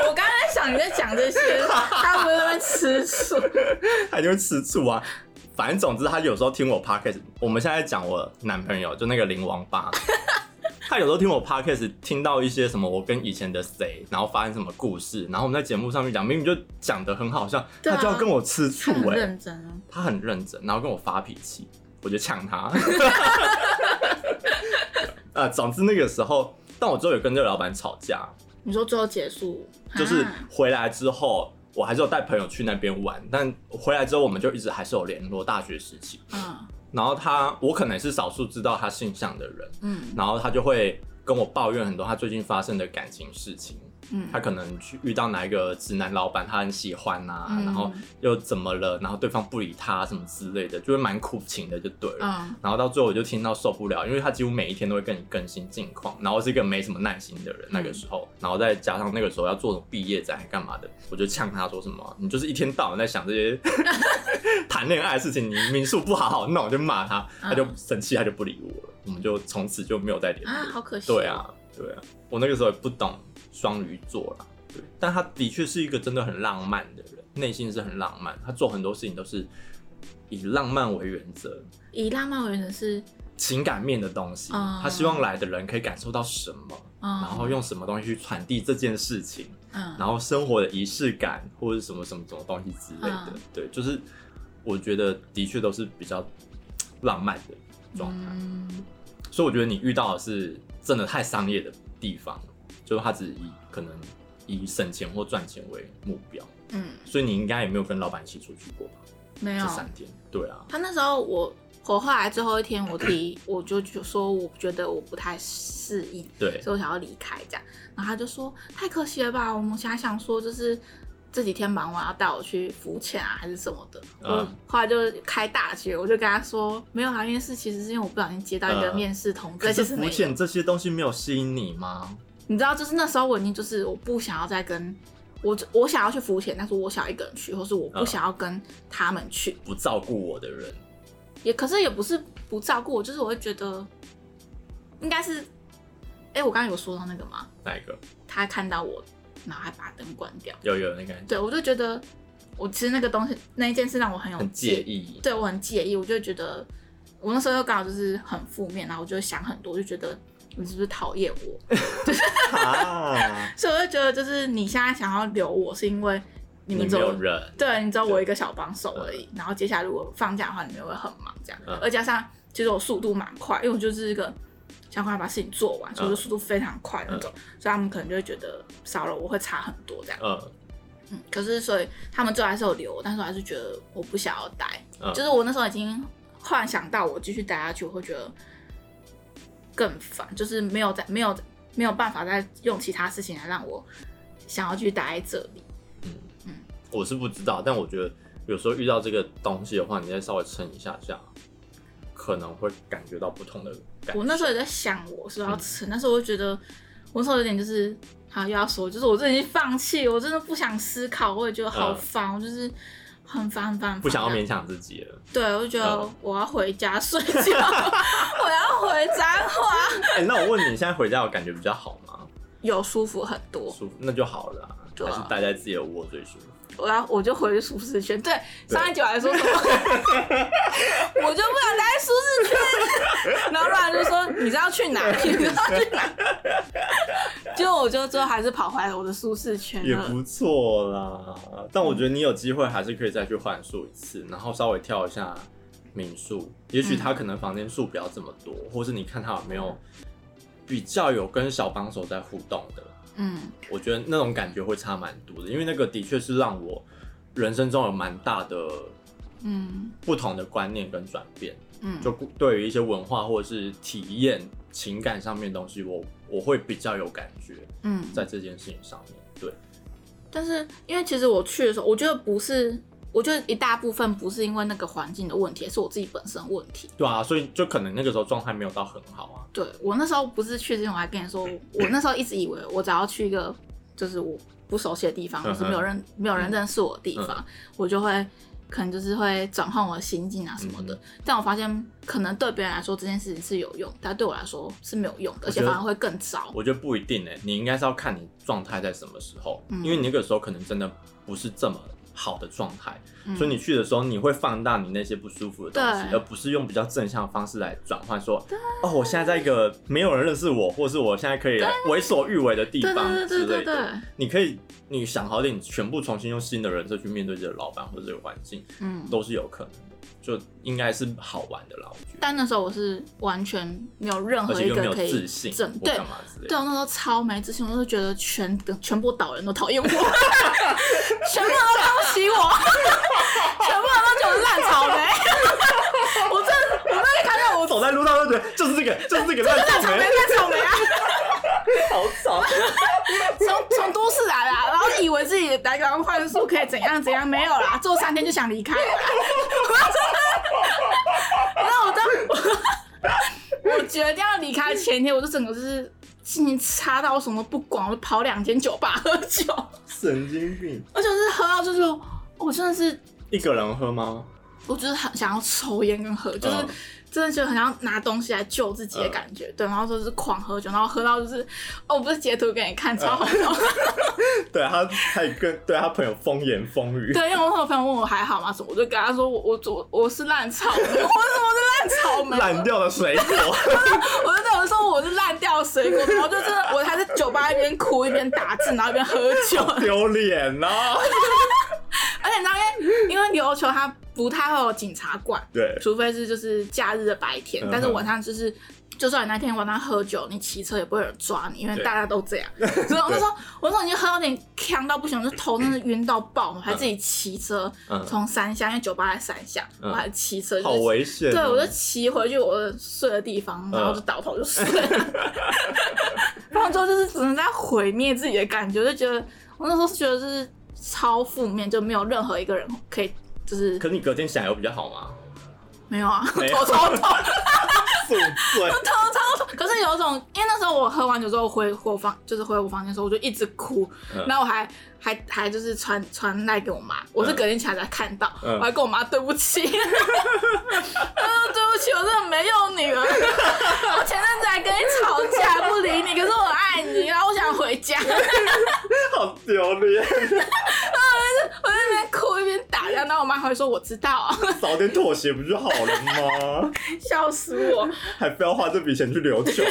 [SPEAKER 3] 我刚才想你在讲这些，他不是在 吃醋，
[SPEAKER 1] 他就会吃醋啊。反正总之，他有时候听我 podcast，我们现在讲我男朋友就那个林王 八，他有时候听我 podcast，听到一些什么我跟以前的谁，然后发生什么故事，然后我们在节目上面讲，明明就讲的很好笑，
[SPEAKER 3] 对
[SPEAKER 1] 他
[SPEAKER 3] 啊
[SPEAKER 1] 就要跟我吃醋
[SPEAKER 3] 他很
[SPEAKER 1] 哎、
[SPEAKER 3] 认真啊，
[SPEAKER 1] 他很认真，然后跟我发脾气，我就呛 他。 呃，总之那个时候，但我之后有跟这个老板吵架，
[SPEAKER 3] 你说最后结束
[SPEAKER 1] 就是
[SPEAKER 3] 啊
[SPEAKER 1] 回来之后，我还是有带朋友去那边玩，但回来之后我们就一直还是有联络，大学时期。
[SPEAKER 3] 嗯
[SPEAKER 1] 然后他，我可能是少数知道他性向的人，
[SPEAKER 3] 嗯
[SPEAKER 1] 然后他就会跟我抱怨很多他最近发生的感情事情。
[SPEAKER 3] 嗯
[SPEAKER 1] 他可能去遇到哪一个直男老板，他很喜欢呐、
[SPEAKER 3] 嗯
[SPEAKER 1] 然后又怎么了，然后对方不理他什么之类的，就会蛮苦情的，就对了。
[SPEAKER 3] 嗯
[SPEAKER 1] 然后到最后我就听到受不了，因为他几乎每一天都会跟你更新近况，然后我是一个没什么耐心的人，
[SPEAKER 3] 嗯
[SPEAKER 1] 那个时候，然后再加上那个时候要做毕业展还干嘛的，我就呛他说什么，你就是一天到晚在想这些 谈恋爱的事情，你民宿不好好弄，我就骂
[SPEAKER 3] 嗯
[SPEAKER 1] 他，他就生气，他就不理我了，我们就从此就没有再联络。
[SPEAKER 3] 啊，好可惜，哦
[SPEAKER 1] 对，啊，对啊，我那个时候也不懂双鱼座啦，对，但他的确是一个真的很浪漫的人，内心是很浪漫，他做很多事情都是以浪漫为原则，
[SPEAKER 3] 以浪漫为人是，
[SPEAKER 1] 情感面的东西，
[SPEAKER 3] 嗯
[SPEAKER 1] 他希望来的人可以感受到什么，
[SPEAKER 3] 嗯
[SPEAKER 1] 然后用什么东西去传递这件事情，
[SPEAKER 3] 嗯
[SPEAKER 1] 然后生活的仪式感或者什么什么什么东西之类的，
[SPEAKER 3] 嗯
[SPEAKER 1] 对，就是我觉得的确都是比较浪漫的状态，
[SPEAKER 3] 嗯
[SPEAKER 1] 所以我觉得你遇到的是真的太商业的地方，就是他只以可能以省钱或赚钱为目标，
[SPEAKER 3] 嗯，
[SPEAKER 1] 所以你应该也没有跟老板一起出去过吧？
[SPEAKER 3] 没
[SPEAKER 1] 这
[SPEAKER 3] 有。
[SPEAKER 1] 三天，对啊，
[SPEAKER 3] 他那时候我我后来最后一天我提， 我就就说我觉得我不太适应，
[SPEAKER 1] 对，
[SPEAKER 3] 所以我想要离开这样。然后他就说太可惜了吧，我们想想说就是这几天忙完要带我去浮潜啊还是什么的。
[SPEAKER 1] 嗯
[SPEAKER 3] 我后来就开大学，我就跟他说没有啦，啊因为是其实是因为我不小心接到一个
[SPEAKER 1] 嗯
[SPEAKER 3] 面试通知，
[SPEAKER 1] 可是
[SPEAKER 3] 其实没
[SPEAKER 1] 浮
[SPEAKER 3] 有
[SPEAKER 1] 潜这些东西没有吸引你吗？
[SPEAKER 3] 你知道，就是那时候我已经就是我不想要再跟。我我想要去浮潜，但是我想要一个人去，或是我不
[SPEAKER 1] 嗯
[SPEAKER 3] 想要跟他们去，
[SPEAKER 1] 不照顾我的人，
[SPEAKER 3] 也可是也不是不照顾我，就是我会觉得应该是，哎、我刚刚有说到那个吗？
[SPEAKER 1] 哪一个？
[SPEAKER 3] 他看到我，然后还把灯关掉，
[SPEAKER 1] 有有那个人
[SPEAKER 3] 对我就觉得我其实那个东西那一件事让我很有
[SPEAKER 1] 很介，意，
[SPEAKER 3] 对我很介意，我就觉得我那时候又刚好就是很负面，然后我就想很多，我就觉得你是不是讨厌我？
[SPEAKER 1] 啊，
[SPEAKER 3] 所以我就觉得就是你现在想要留我是因为你们
[SPEAKER 1] 没
[SPEAKER 3] 走。
[SPEAKER 1] 有人，
[SPEAKER 3] 对，你知道我一个小帮手而已。然后接下来如果放假的话，你们会很忙这样。
[SPEAKER 1] 嗯
[SPEAKER 3] 而加上其实我速度蛮快，因为我就是一个想快把事情做
[SPEAKER 1] 嗯
[SPEAKER 3] 完，所以我就速度非常快那种。所以他们可能就会觉得少了我会差很多这样。
[SPEAKER 1] 嗯
[SPEAKER 3] 嗯，可是所以他们最后还是有留我，但是我还是觉得我不想要待。
[SPEAKER 1] 嗯，
[SPEAKER 3] 就是我那时候已经幻想到我继续待下去，我会觉得更烦，就是没有在没有没有办法再用其他事情来让我想要继续待在这里。
[SPEAKER 1] 我是不知道，但我觉得有时候遇到这个东西的话，你再稍微撑一下下，可能会感觉到不同的感
[SPEAKER 3] 我那时候也在想，我是
[SPEAKER 1] 嗯
[SPEAKER 3] 不是要吃，但是我就觉得，我那时候有点就是，好又要说，就是我真的已经放弃，我真的不想思考，我也觉得好烦，我就是很烦很烦，
[SPEAKER 1] 嗯
[SPEAKER 3] 很烦
[SPEAKER 1] 不想要勉强自己 了。
[SPEAKER 3] 对，我就觉得
[SPEAKER 1] 嗯
[SPEAKER 3] 我要回家睡觉， 我要回彰化，
[SPEAKER 1] 哎、那我问你，你现在回家有感觉比较好吗？
[SPEAKER 3] 有舒服很多。
[SPEAKER 1] 舒服，那就好了啊、
[SPEAKER 3] 对啊
[SPEAKER 1] 还是待在自己的窝最舒服。
[SPEAKER 3] 我要我就回舒适圈，对，上一集我还说什么， 我就不想待在舒适圈，然后乱就说你知道去哪， 你知道去哪，结果我就最后还是跑回来我的舒适圈
[SPEAKER 1] 也
[SPEAKER 3] 了。
[SPEAKER 1] 不错啦，但我觉得你有机会还是可以再去换宿一次，然后稍微跳一下民宿，也许他可能房间数不要这么多，或是你看他有没有比较有跟小帮手在互动的，
[SPEAKER 3] 嗯
[SPEAKER 1] 我觉得那种感觉会差蛮多的，因为那个的确是让我人生中有蛮大的
[SPEAKER 3] 嗯
[SPEAKER 1] 不同的观念跟转变，
[SPEAKER 3] 嗯，
[SPEAKER 1] 就对于一些文化或者是体验、情感上面的东西，我我会比较有感觉
[SPEAKER 3] 嗯，
[SPEAKER 1] 在这件事情上面，对，
[SPEAKER 3] 但是因为其实我去的时候，我觉得不是，我觉得一大部分不是因为那个环境的问题，也是我自己本身的问题。
[SPEAKER 1] 对啊，所以就可能那个时候状态没有到很好啊。
[SPEAKER 3] 对我那时候不是去之前，我还跟你说，我那时候一直以为我只要去一个就是我不熟悉的地方，
[SPEAKER 1] 嗯哼嗯
[SPEAKER 3] 或是没有认没有人认识我的地方，我就会可能就是会转换我的心境啊什么的。
[SPEAKER 1] 嗯
[SPEAKER 3] 但我发现，可能对别人来说这件事情是有用，但对我来说是没有用的，而且
[SPEAKER 1] 我觉得
[SPEAKER 3] 反而会更糟。
[SPEAKER 1] 我觉得不一定哎、你应该是要看你状态在什么时候，
[SPEAKER 3] 嗯
[SPEAKER 1] 因为你那个时候可能真的不是这么好的状态，
[SPEAKER 3] 嗯
[SPEAKER 1] 所以你去的时候你会放大你那些不舒服的东西，
[SPEAKER 3] 对
[SPEAKER 1] 而不是用比较正向的方式来转换说，哦，我现在在一个没有人认识我，或是我现在可以来为所欲为的地
[SPEAKER 3] 对
[SPEAKER 1] 方
[SPEAKER 3] 对对
[SPEAKER 1] 之
[SPEAKER 3] 对对
[SPEAKER 1] 类
[SPEAKER 3] 对
[SPEAKER 1] 的。，你可以，你想好点，你全部重新用新的人设去面对这个老板或者这个环境，
[SPEAKER 3] 嗯。
[SPEAKER 1] 都是有可能的，就应该是好玩的啦，我觉得。
[SPEAKER 3] 但那时候我是完全没有任
[SPEAKER 1] 而
[SPEAKER 3] 何
[SPEAKER 1] 且
[SPEAKER 3] 一
[SPEAKER 1] 又没有
[SPEAKER 3] 个可以
[SPEAKER 1] 自信，
[SPEAKER 3] 整
[SPEAKER 1] 或
[SPEAKER 3] 对
[SPEAKER 1] 干嘛之类的
[SPEAKER 3] 对，我那时候超没自信，我就觉得全全部岛人都讨厌我， 全部都看不起我， 全部人都觉得我烂草莓。 我真的，我那里看到我
[SPEAKER 1] 我走在路上都觉得就是这个，就是这个烂
[SPEAKER 3] 烂
[SPEAKER 1] 草
[SPEAKER 3] 草莓，
[SPEAKER 1] 莓，
[SPEAKER 3] 烂草莓啊，
[SPEAKER 1] 好吵。
[SPEAKER 3] 从从都市来啦，然后以为自己来个幻术可以怎样怎样，没有啦，做三天就想离开了啦。然后我当我决定要离开前一天，我就整个就是心情差到我什么都不管，我就跑两间酒吧喝酒。
[SPEAKER 1] 神经病！
[SPEAKER 3] 而且我是喝到就是我真的是，
[SPEAKER 1] 一个人喝吗？
[SPEAKER 3] 我就是很想要抽烟跟喝，就是
[SPEAKER 1] 嗯
[SPEAKER 3] 真的觉得很想拿东西来救自己的感觉，对，然后就是狂喝酒，然后喝到就是，哦，我不是截图给你看，超好笑。
[SPEAKER 1] 对他，他也跟对他朋友风言风语。
[SPEAKER 3] 对，因为我有朋友问我还好吗？什么，我就跟他说我我我我是烂草莓，我 什么是烂草莓？
[SPEAKER 1] 烂掉的水果，
[SPEAKER 3] 我就对我说我是烂掉水果，然后就真的我还在酒吧一边哭一边打字，然后一边喝酒，
[SPEAKER 1] 丢脸呐！啊
[SPEAKER 3] 而且你知道，因为因为琉球它不不太会有警察管，
[SPEAKER 1] 对
[SPEAKER 3] 除非是就是假日的白天
[SPEAKER 1] 嗯，哼
[SPEAKER 3] 但是晚上就是。就算你那天晚上喝酒，你骑车也不会有人抓你，因为
[SPEAKER 1] 对
[SPEAKER 3] 大家都 这样。所以我那时候，我那时候已经喝到有点呛到不行，我就头真的晕到爆，我还自己骑车
[SPEAKER 1] 嗯
[SPEAKER 3] 从山下，因为酒吧在山下，
[SPEAKER 1] 嗯
[SPEAKER 3] 我还骑车
[SPEAKER 1] 好
[SPEAKER 3] 就是
[SPEAKER 1] 危险哦、
[SPEAKER 3] 对，我就骑回去我的睡的地方，然
[SPEAKER 1] 嗯
[SPEAKER 3] 后就倒头就睡 了。然后之后就是只能在毁灭自己的感觉，就觉得我那时候是觉得就是超负面，就没有任何一个人可以就是
[SPEAKER 1] 可是你隔天醒来有比较好吗？
[SPEAKER 3] 没有啊，
[SPEAKER 1] 没有
[SPEAKER 3] 头超痛，
[SPEAKER 1] 宿醉，
[SPEAKER 3] 头超痛。可是有一种，因为那时候我喝完酒之后回回我房，就是回我房间的时候，我就一直哭，
[SPEAKER 1] 嗯
[SPEAKER 3] 然后我还还还就是传传赖给我妈，我是隔天起来才看到，
[SPEAKER 1] 嗯
[SPEAKER 3] 我还跟我妈对不起， 她说对不起，我真的没有你了，我前阵子还跟你吵架不理你，可是我爱你，然后我想回家，我在
[SPEAKER 1] 好丢脸，
[SPEAKER 3] 那边哭一边打架，然后我妈还会说我知道，啊
[SPEAKER 1] 早点妥协不就好了吗？
[SPEAKER 3] 笑死我。哎
[SPEAKER 1] 还非要花这笔钱去琉球，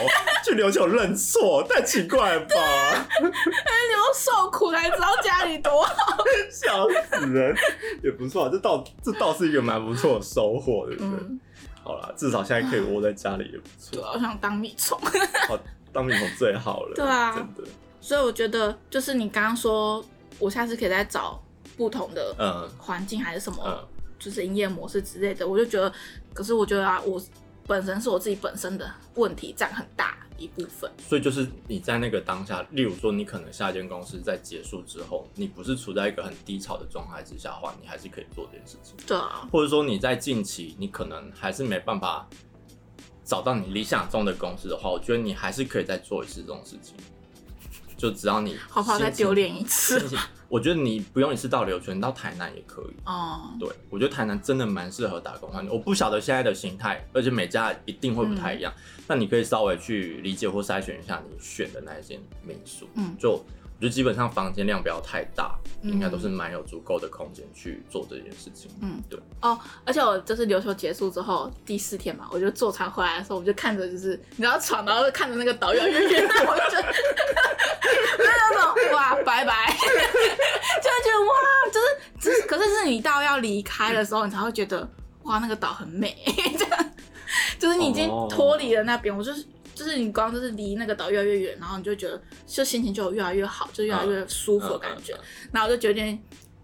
[SPEAKER 1] 去琉球认错，太奇怪了吧？
[SPEAKER 3] 你都受苦才知道家里多 好，
[SPEAKER 1] 笑死人， 也不错啊，这倒这倒是一个蛮不错的收获，对不对？
[SPEAKER 3] 嗯，
[SPEAKER 1] 好啦，至少现在可以窝在家里也不
[SPEAKER 3] 对
[SPEAKER 1] 错，
[SPEAKER 3] 啊，我想当米虫。
[SPEAKER 1] 好当面孔最好了，
[SPEAKER 3] 对啊
[SPEAKER 1] 真的，
[SPEAKER 3] 所以我觉得，就是你刚刚说，我下次可以再找不同的
[SPEAKER 1] 嗯
[SPEAKER 3] 环境还是什么，
[SPEAKER 1] 嗯
[SPEAKER 3] 就是营业模式之类的，我就觉得，可是我觉得啊，我本身是我自己本身的问题占很大一部分。
[SPEAKER 1] 所以就是你在那个当下，例如说你可能下一间公司在结束之后，你不是处在一个很低潮的状态之下的话，你还是可以做这件事情，
[SPEAKER 3] 对啊，
[SPEAKER 1] 或者说你在近期你可能还是没办法找到你理想中的公司的话，我觉得你还是可以再做一次这种事情，就只要你
[SPEAKER 3] 好怕再
[SPEAKER 1] 心情
[SPEAKER 3] 丢脸 一次。
[SPEAKER 1] 心情我觉得你不用一次到琉球，你到台南也可以。
[SPEAKER 3] 哦、
[SPEAKER 1] 对，我觉得台南真的蛮适合打工换宿。我不晓得现在的形态，而且每家一定会不
[SPEAKER 3] 嗯
[SPEAKER 1] 太一样。那你可以稍微去理解或筛选一下你选的那一间民宿。
[SPEAKER 3] 嗯
[SPEAKER 1] 就我觉得基本上房间量不要太大，
[SPEAKER 3] 嗯
[SPEAKER 1] 应该都是蛮有足够的空间去做这件事情。
[SPEAKER 3] 嗯
[SPEAKER 1] 对，
[SPEAKER 3] 哦，而且我就是琉球结束之后第四天嘛，我就坐船回来的时候，我就看着就是你知道船，然后就看着那个岛越来越远，那我就 觉得我就那种哇拜拜， 就会觉得哇，就是只是可是是你到要离开的时候，你才会觉得哇那个岛很美，这样就是你已经
[SPEAKER 1] 哦
[SPEAKER 3] 脱离了那边，我就是。就是你光就是离那个岛越来越远，然后你就觉得就心情就有越来越好，就越来越舒服的感觉。
[SPEAKER 1] 嗯嗯
[SPEAKER 3] 然后我就决定，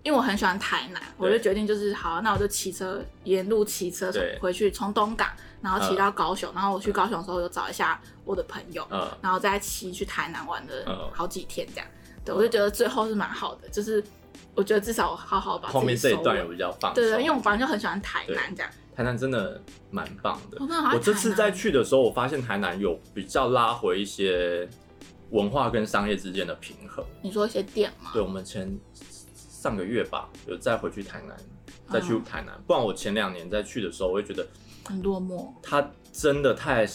[SPEAKER 3] 因为我很喜欢台南，我就决定就是好，啊那我就骑车沿路骑车
[SPEAKER 1] 对
[SPEAKER 3] 回去，从东港，然后骑到高雄，然后我去高雄的时候有找一下我的朋友，
[SPEAKER 1] 嗯嗯
[SPEAKER 3] 然后再骑去台南玩
[SPEAKER 1] 嗯
[SPEAKER 3] 了好几天这样。对，我就觉得最后是蛮好的，就是我觉得至少我好好
[SPEAKER 1] 嗯
[SPEAKER 3] 把
[SPEAKER 1] 后
[SPEAKER 3] 自己
[SPEAKER 1] 面这一
[SPEAKER 3] 收
[SPEAKER 1] 段
[SPEAKER 3] 尾
[SPEAKER 1] 也。比较放松。
[SPEAKER 3] 对对，因为我本来就很喜欢台南这样。哦
[SPEAKER 1] 台南真的蛮棒的。
[SPEAKER 3] 我真的好爱
[SPEAKER 1] 我这次
[SPEAKER 3] 台
[SPEAKER 1] 再
[SPEAKER 3] 南
[SPEAKER 1] 去的时候，我发现台南有比较拉回一些文化跟商业之间的平衡。
[SPEAKER 3] 你说一些店嘛，
[SPEAKER 1] 对，我们前上个月吧，有再回去台南，
[SPEAKER 3] 嗯
[SPEAKER 1] 再去台南。不然我前两年再去的时候，我会觉得
[SPEAKER 3] 很落寞。
[SPEAKER 1] 它真的太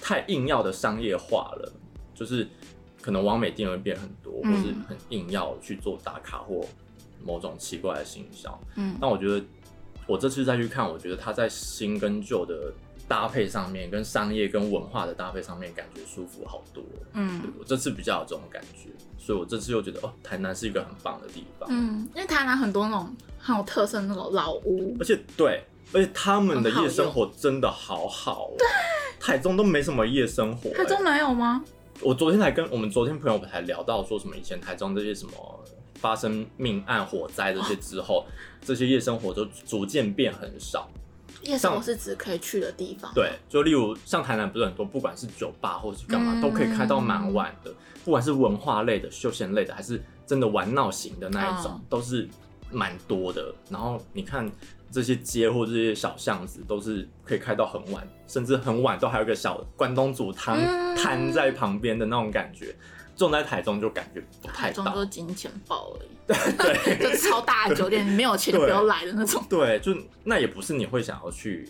[SPEAKER 1] 太硬要的商业化了，就是可能网美店会变很多，
[SPEAKER 3] 嗯
[SPEAKER 1] 或是很硬要去做打卡或某种奇怪的行销。
[SPEAKER 3] 嗯
[SPEAKER 1] 但我觉得我这次再去看，我觉得它在新跟旧的搭配上面，跟商业跟文化的搭配上面，感觉舒服好多。对
[SPEAKER 3] 嗯
[SPEAKER 1] 我这次比较有这种感觉，所以我这次又觉得哦，台南是一个很棒的地方，
[SPEAKER 3] 嗯，因为台南很多那种很有特色的那种老屋
[SPEAKER 1] 而，且对，而且他们的
[SPEAKER 3] 很好
[SPEAKER 1] 夜生活真的好好、哦，台中都没什么夜生活、
[SPEAKER 3] 台中
[SPEAKER 1] 哎
[SPEAKER 3] 没有吗？
[SPEAKER 1] 我昨天才跟我们昨天朋友才聊到说什么以前台中这些什么发生命案、火灾这些之后，
[SPEAKER 3] 哦
[SPEAKER 1] 这些夜生活就逐渐变很少。
[SPEAKER 3] 夜生活是指可以去的地方。
[SPEAKER 1] 对，就例如像台南不是很多，不管是酒吧或是干嘛，
[SPEAKER 3] 嗯
[SPEAKER 1] 都可以开到蛮晚的，不管是文化类的、休闲类的，还是真的玩闹型的那一种，
[SPEAKER 3] 嗯
[SPEAKER 1] 都是蛮多的。然后你看这些街或这些小巷子，都是可以开到很晚，甚至很晚都还有一个小关东煮摊
[SPEAKER 3] 嗯
[SPEAKER 1] 摊在旁边的那种感觉。这种在台中就感觉不太
[SPEAKER 3] 台中
[SPEAKER 1] 到，
[SPEAKER 3] 就是金钱豹而已，
[SPEAKER 1] 对，
[SPEAKER 3] 就是超大的酒店，你 没有钱就不要来的那种。
[SPEAKER 1] 对，就那也不是你会想要去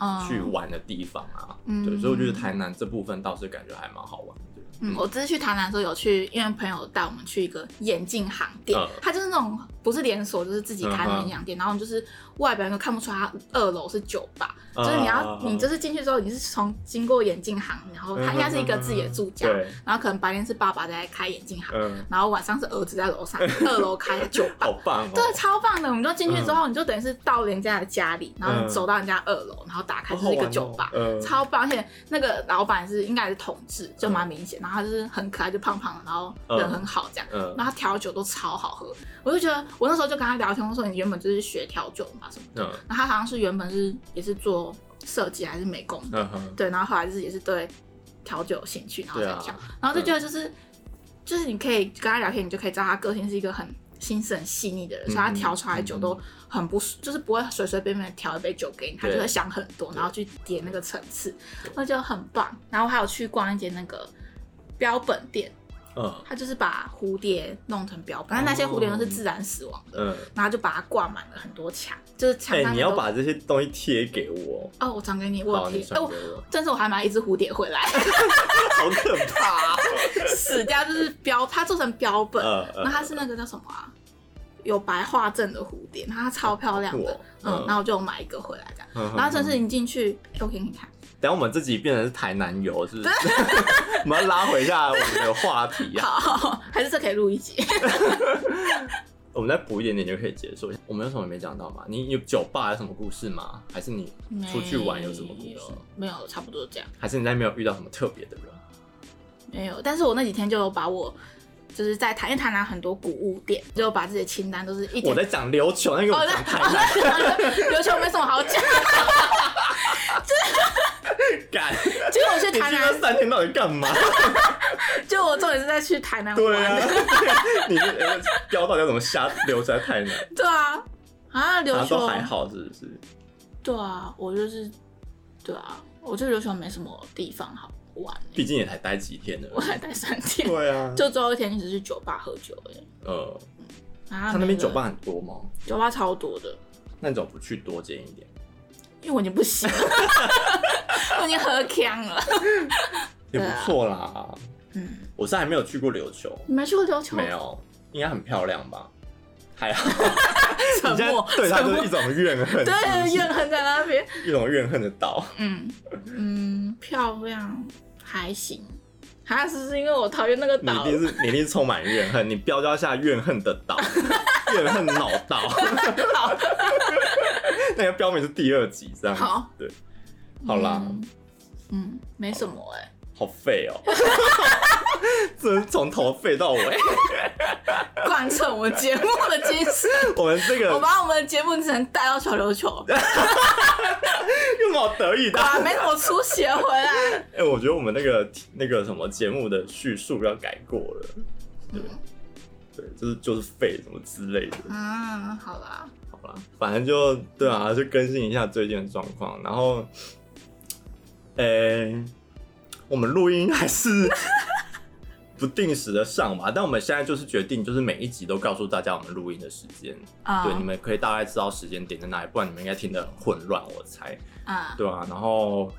[SPEAKER 3] 嗯，
[SPEAKER 1] 去玩的地方啊。
[SPEAKER 3] 嗯
[SPEAKER 1] 对，所以我觉得台南这部分倒是感觉还蛮好玩的。
[SPEAKER 3] 嗯，我这次去台南的时候有去，因为朋友带我们去一个眼镜行店，
[SPEAKER 1] 嗯
[SPEAKER 3] 它就是那种不是连锁，就是自己开的眼镜行店，然后你就是外表你都看不出它二楼是酒吧，
[SPEAKER 1] 嗯
[SPEAKER 3] 就是你要
[SPEAKER 1] 嗯嗯
[SPEAKER 3] 你就是进去之后你是从经过眼镜行，然后它应该是一个自己的住家，
[SPEAKER 1] 嗯对，
[SPEAKER 3] 然后可能白天是爸爸在开眼镜行，
[SPEAKER 1] 嗯，
[SPEAKER 3] 然后晚上是儿子在楼 上二楼开酒吧
[SPEAKER 1] 好。棒哦，
[SPEAKER 3] 对，超棒的！我们就进去之后，你就等于是到人家的家里，然后你走到人家二楼，然后打开就是一个酒吧，
[SPEAKER 1] 嗯好好玩哦嗯
[SPEAKER 3] 超棒！而且那个老板是应该是同志，就蛮明显，然后他就是很可爱，就胖胖的，然后人很好这样。
[SPEAKER 1] 嗯
[SPEAKER 3] 然后他调的酒都超好喝，我就觉得我那时候就跟他聊天，我说你原本就是学调酒嘛什么的，
[SPEAKER 1] 嗯
[SPEAKER 3] 然后他好像是原本是也是做设计还是美工的，
[SPEAKER 1] 嗯哼，
[SPEAKER 3] 对，然后后来就是也是对调酒有兴趣，然后才
[SPEAKER 1] 对啊
[SPEAKER 3] 讲，然后就觉得就是、就是你可以跟他聊天，你就可以知道他个性是一个很心思很细腻的人，所以他
[SPEAKER 1] 嗯
[SPEAKER 3] 调出来的酒
[SPEAKER 1] 嗯
[SPEAKER 3] 都很不是，就是不会随随便便调一杯酒给你，他
[SPEAKER 1] 对
[SPEAKER 3] 就会想很多，然后去点那个层次，那就很棒。然后还有去逛一间那个标本店，
[SPEAKER 1] 嗯
[SPEAKER 3] 他就是把蝴蝶弄成标本，但那些蝴蝶
[SPEAKER 1] 哦
[SPEAKER 3] 都是自然死亡的，
[SPEAKER 1] 嗯，
[SPEAKER 3] 然后就把它挂满了很多墙，就是墙
[SPEAKER 1] 哎
[SPEAKER 3] 上、，
[SPEAKER 1] 你要把这些东西贴给我，
[SPEAKER 3] 哦，我传给你，我
[SPEAKER 1] 好，
[SPEAKER 3] 有
[SPEAKER 1] 你
[SPEAKER 3] 贴，哎、
[SPEAKER 1] 传
[SPEAKER 3] 我
[SPEAKER 1] 给我，
[SPEAKER 3] 但是我还买一只蝴蝶回来。
[SPEAKER 1] 好可 怕哦，
[SPEAKER 3] 死掉就是标，它做成标本，
[SPEAKER 1] 嗯
[SPEAKER 3] 然后它是那个叫什么啊？有白化症的蝴蝶，然后它超漂亮的，
[SPEAKER 1] 嗯
[SPEAKER 3] 嗯，然后我就有买一个回来这样。
[SPEAKER 1] 嗯
[SPEAKER 3] 然后真是你进去，哎我给你看，
[SPEAKER 1] 等下我们自己变成是台南游， 是不是？我们要拉回一下我们的话题啊，
[SPEAKER 3] 好， 还是这可以录一集。
[SPEAKER 1] 我们再补一点点就可以结束。我们有什么没讲到吗？你你有酒吧有什么故事吗？还是你出去玩有什么故
[SPEAKER 3] 没
[SPEAKER 1] 事
[SPEAKER 3] 有？？没有，差不多这样，
[SPEAKER 1] 还是你在没有遇到什么特别的人？
[SPEAKER 3] 没有。但是我那几天就有把我就是在台，因为台南很多古物店，就有把自己的清单都是一点
[SPEAKER 1] 我在讲琉球，那个我
[SPEAKER 3] 哦，
[SPEAKER 1] 讲
[SPEAKER 3] 对，
[SPEAKER 1] 台南
[SPEAKER 3] 琉球没什么好讲。
[SPEAKER 1] 干，
[SPEAKER 3] 结果我去
[SPEAKER 1] 你去
[SPEAKER 3] 台
[SPEAKER 1] 那
[SPEAKER 3] 南，
[SPEAKER 1] 三天到底 干嘛？
[SPEAKER 3] 就我重点是在去台南
[SPEAKER 1] 对
[SPEAKER 3] 玩
[SPEAKER 1] 啊。， 你这标到底要怎么下留在台南？
[SPEAKER 3] 对啊，
[SPEAKER 1] 大
[SPEAKER 3] 啊，琉
[SPEAKER 1] 家
[SPEAKER 3] 球
[SPEAKER 1] 都还好，是不是？
[SPEAKER 3] 对啊，我就是，对啊，我觉得琉球没什么地方好玩 欸、
[SPEAKER 1] 毕竟也才待几天呢。
[SPEAKER 3] 我才待三天，
[SPEAKER 1] 对啊，
[SPEAKER 3] 就最后一天一直去酒吧喝酒而已。
[SPEAKER 1] 呃，
[SPEAKER 3] 啊，
[SPEAKER 1] 他那
[SPEAKER 3] 没
[SPEAKER 1] 边
[SPEAKER 3] 了
[SPEAKER 1] 酒吧很多吗？
[SPEAKER 3] 酒吧超多的，
[SPEAKER 1] 那你怎么不去多见一点？
[SPEAKER 3] 因为我已经不行了， 我已经喝呛了。
[SPEAKER 1] 也
[SPEAKER 3] 对啊
[SPEAKER 1] 不错啦。
[SPEAKER 3] 嗯，
[SPEAKER 1] 我是还没有去过琉球，
[SPEAKER 3] 你没去过琉球？
[SPEAKER 1] 没，有，应该很漂亮吧？还好，你
[SPEAKER 3] 沉
[SPEAKER 1] 现在
[SPEAKER 3] 默，
[SPEAKER 1] 对他
[SPEAKER 3] 沉
[SPEAKER 1] 就
[SPEAKER 3] 默
[SPEAKER 1] 是一，种怨恨，是不
[SPEAKER 3] 对
[SPEAKER 1] 是
[SPEAKER 3] 怨恨在那边。
[SPEAKER 1] 一种怨恨的道。
[SPEAKER 3] 嗯嗯，漂亮，还行。还是是因为我讨厌那个
[SPEAKER 1] 你一
[SPEAKER 3] 岛，
[SPEAKER 1] 定是你一定是充满怨恨，你标标下怨恨的岛，怨恨脑 道，那个标名是第二集这样子。
[SPEAKER 3] 好，
[SPEAKER 1] 对，好啦，
[SPEAKER 3] 嗯嗯，没什么哎、
[SPEAKER 1] 好废哦、 真是从头废到尾。
[SPEAKER 3] 贯彻我们节目的 精神，
[SPEAKER 1] 我们这个
[SPEAKER 3] 我把我们的节目精神带到小琉球，
[SPEAKER 1] 又好得意的啊。
[SPEAKER 3] 啊，没怎么出血回来。
[SPEAKER 1] 哎、我觉得我们那个那个什么节目的叙述要改过了，对，对，就是就是废什么之类的，
[SPEAKER 3] 嗯，好啦，
[SPEAKER 1] 好啦，反正就对啊，就更新一下最近的状况，然后， 呃、我们录音还 是不定时的上吧，但我们现在就是决定，就是每一集都告诉大家我们录音的时间，
[SPEAKER 3] 啊
[SPEAKER 1] 对，你们可以大概知道时间点在哪里，不然你们应该听得很混乱，我猜。
[SPEAKER 3] 啊，
[SPEAKER 1] 对啊，然后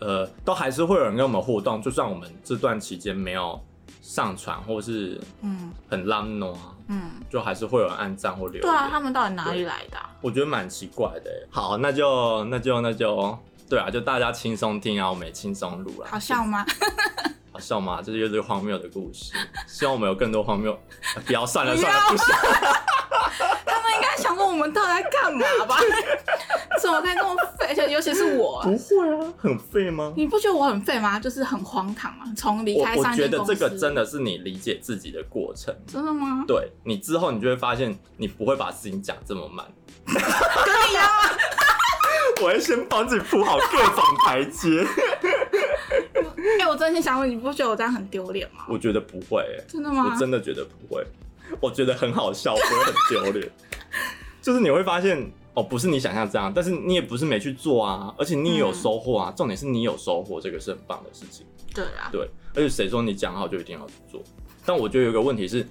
[SPEAKER 1] 呃，都还是会有人跟我们互动，就算我们这段期间没有上传或是
[SPEAKER 3] 嗯
[SPEAKER 1] 很浪弄啊，
[SPEAKER 3] 嗯，
[SPEAKER 1] 就还是会有人按赞或留言。
[SPEAKER 3] 对啊，他们到底哪里来的啊、
[SPEAKER 1] 我觉得蛮奇怪的欸。好，那就那就那就对啊，就大家轻松听啊，我们也轻松录啊。
[SPEAKER 3] 好笑吗？
[SPEAKER 1] 好笑吗？这就是荒谬的故事。 希望我们有更多荒谬。啊不要算了
[SPEAKER 3] 不
[SPEAKER 1] 算了，
[SPEAKER 3] 要
[SPEAKER 1] 不行。
[SPEAKER 3] 他们应该想问我们到底在干嘛吧？ 怎么可以这么废？而且尤其是我，
[SPEAKER 1] 不会啊，很废吗？
[SPEAKER 3] 你不觉得我很废吗？就是很荒唐吗？从离
[SPEAKER 1] 我
[SPEAKER 3] 开
[SPEAKER 1] 我
[SPEAKER 3] 上一
[SPEAKER 1] 觉
[SPEAKER 3] 间
[SPEAKER 1] 得
[SPEAKER 3] 公
[SPEAKER 1] 这
[SPEAKER 3] 司，
[SPEAKER 1] 个真的是你理解自己的过程。
[SPEAKER 3] 真的吗？
[SPEAKER 1] 对你之后，你就会发现你不会把事情讲这么慢。
[SPEAKER 3] 跟你一样啊，
[SPEAKER 1] 我会先帮自己铺好各种台阶。
[SPEAKER 3] 哎、我真心想问，你不觉得我这样很丢脸吗？
[SPEAKER 1] 我觉得不会、欸，
[SPEAKER 3] 真的
[SPEAKER 1] 我
[SPEAKER 3] 吗？
[SPEAKER 1] 真的觉得不会。我觉得很好笑，不会很丢脸。 就是你会发现，哦，不是你想象这样，但是你也不是没去做啊，而且你也有收获啊。重点是你有收获，这个是很棒的事情。
[SPEAKER 3] 对啊，
[SPEAKER 1] 对，而且谁说你讲好就一定要去做？但我觉得有一个问题是，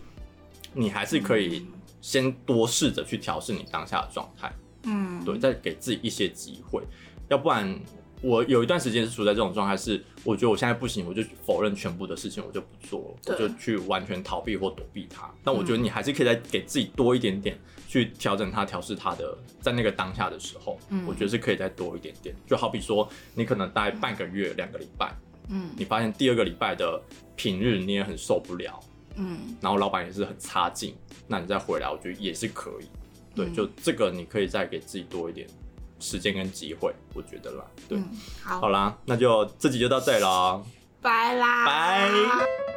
[SPEAKER 1] 你还是可以先多试着去调试你当下的状态。
[SPEAKER 3] 嗯，
[SPEAKER 1] 对，再给自己一些机会，要不然我有一段时间是处在这种状态，是我觉得我现在不行，我就否认全部的事情，我就不做了，我
[SPEAKER 3] 对嗯
[SPEAKER 1] 就去完全逃避或躲避它。但我觉得你还是可以再给自己多一点点，去调整它、调试它的，在那个当下的时候，
[SPEAKER 3] 嗯
[SPEAKER 1] 我觉得是可以再多一点点。就好比说，你可能大概半个月、两个礼拜，
[SPEAKER 3] 嗯
[SPEAKER 1] 你发现第二个礼拜的平日你也很受不了，
[SPEAKER 3] 嗯
[SPEAKER 1] 然后老板也是很差劲，那你再回来，我觉得也是可以。对，
[SPEAKER 3] 嗯
[SPEAKER 1] 就这个你可以再给自己多一点时间跟机会，我觉得啦。对，
[SPEAKER 3] 嗯，好
[SPEAKER 1] 好，啦，那就这集就到这里啦，
[SPEAKER 3] 拜啦，
[SPEAKER 1] 拜。